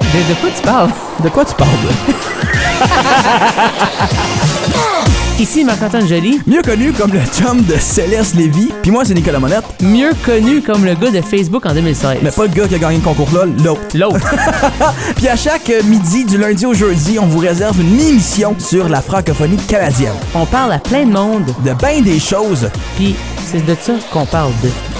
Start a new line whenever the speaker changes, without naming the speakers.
De, de quoi tu parles?
De quoi tu parles? là?
Ici Marc-Antoine Joly,
Mieux connu comme le chum de Céleste Lévy. Puis moi, c'est Nicolas Monette.
mieux connu comme le gars de Facebook en 2016.
Mais pas le gars qui a gagné le concours LOL, l'autre.
L'autre.
Puis à chaque euh, midi, du lundi au jeudi, on vous réserve une émission sur la francophonie canadienne.
On parle à plein de monde,
De bien des choses.
puis c'est de ça qu'on parle de.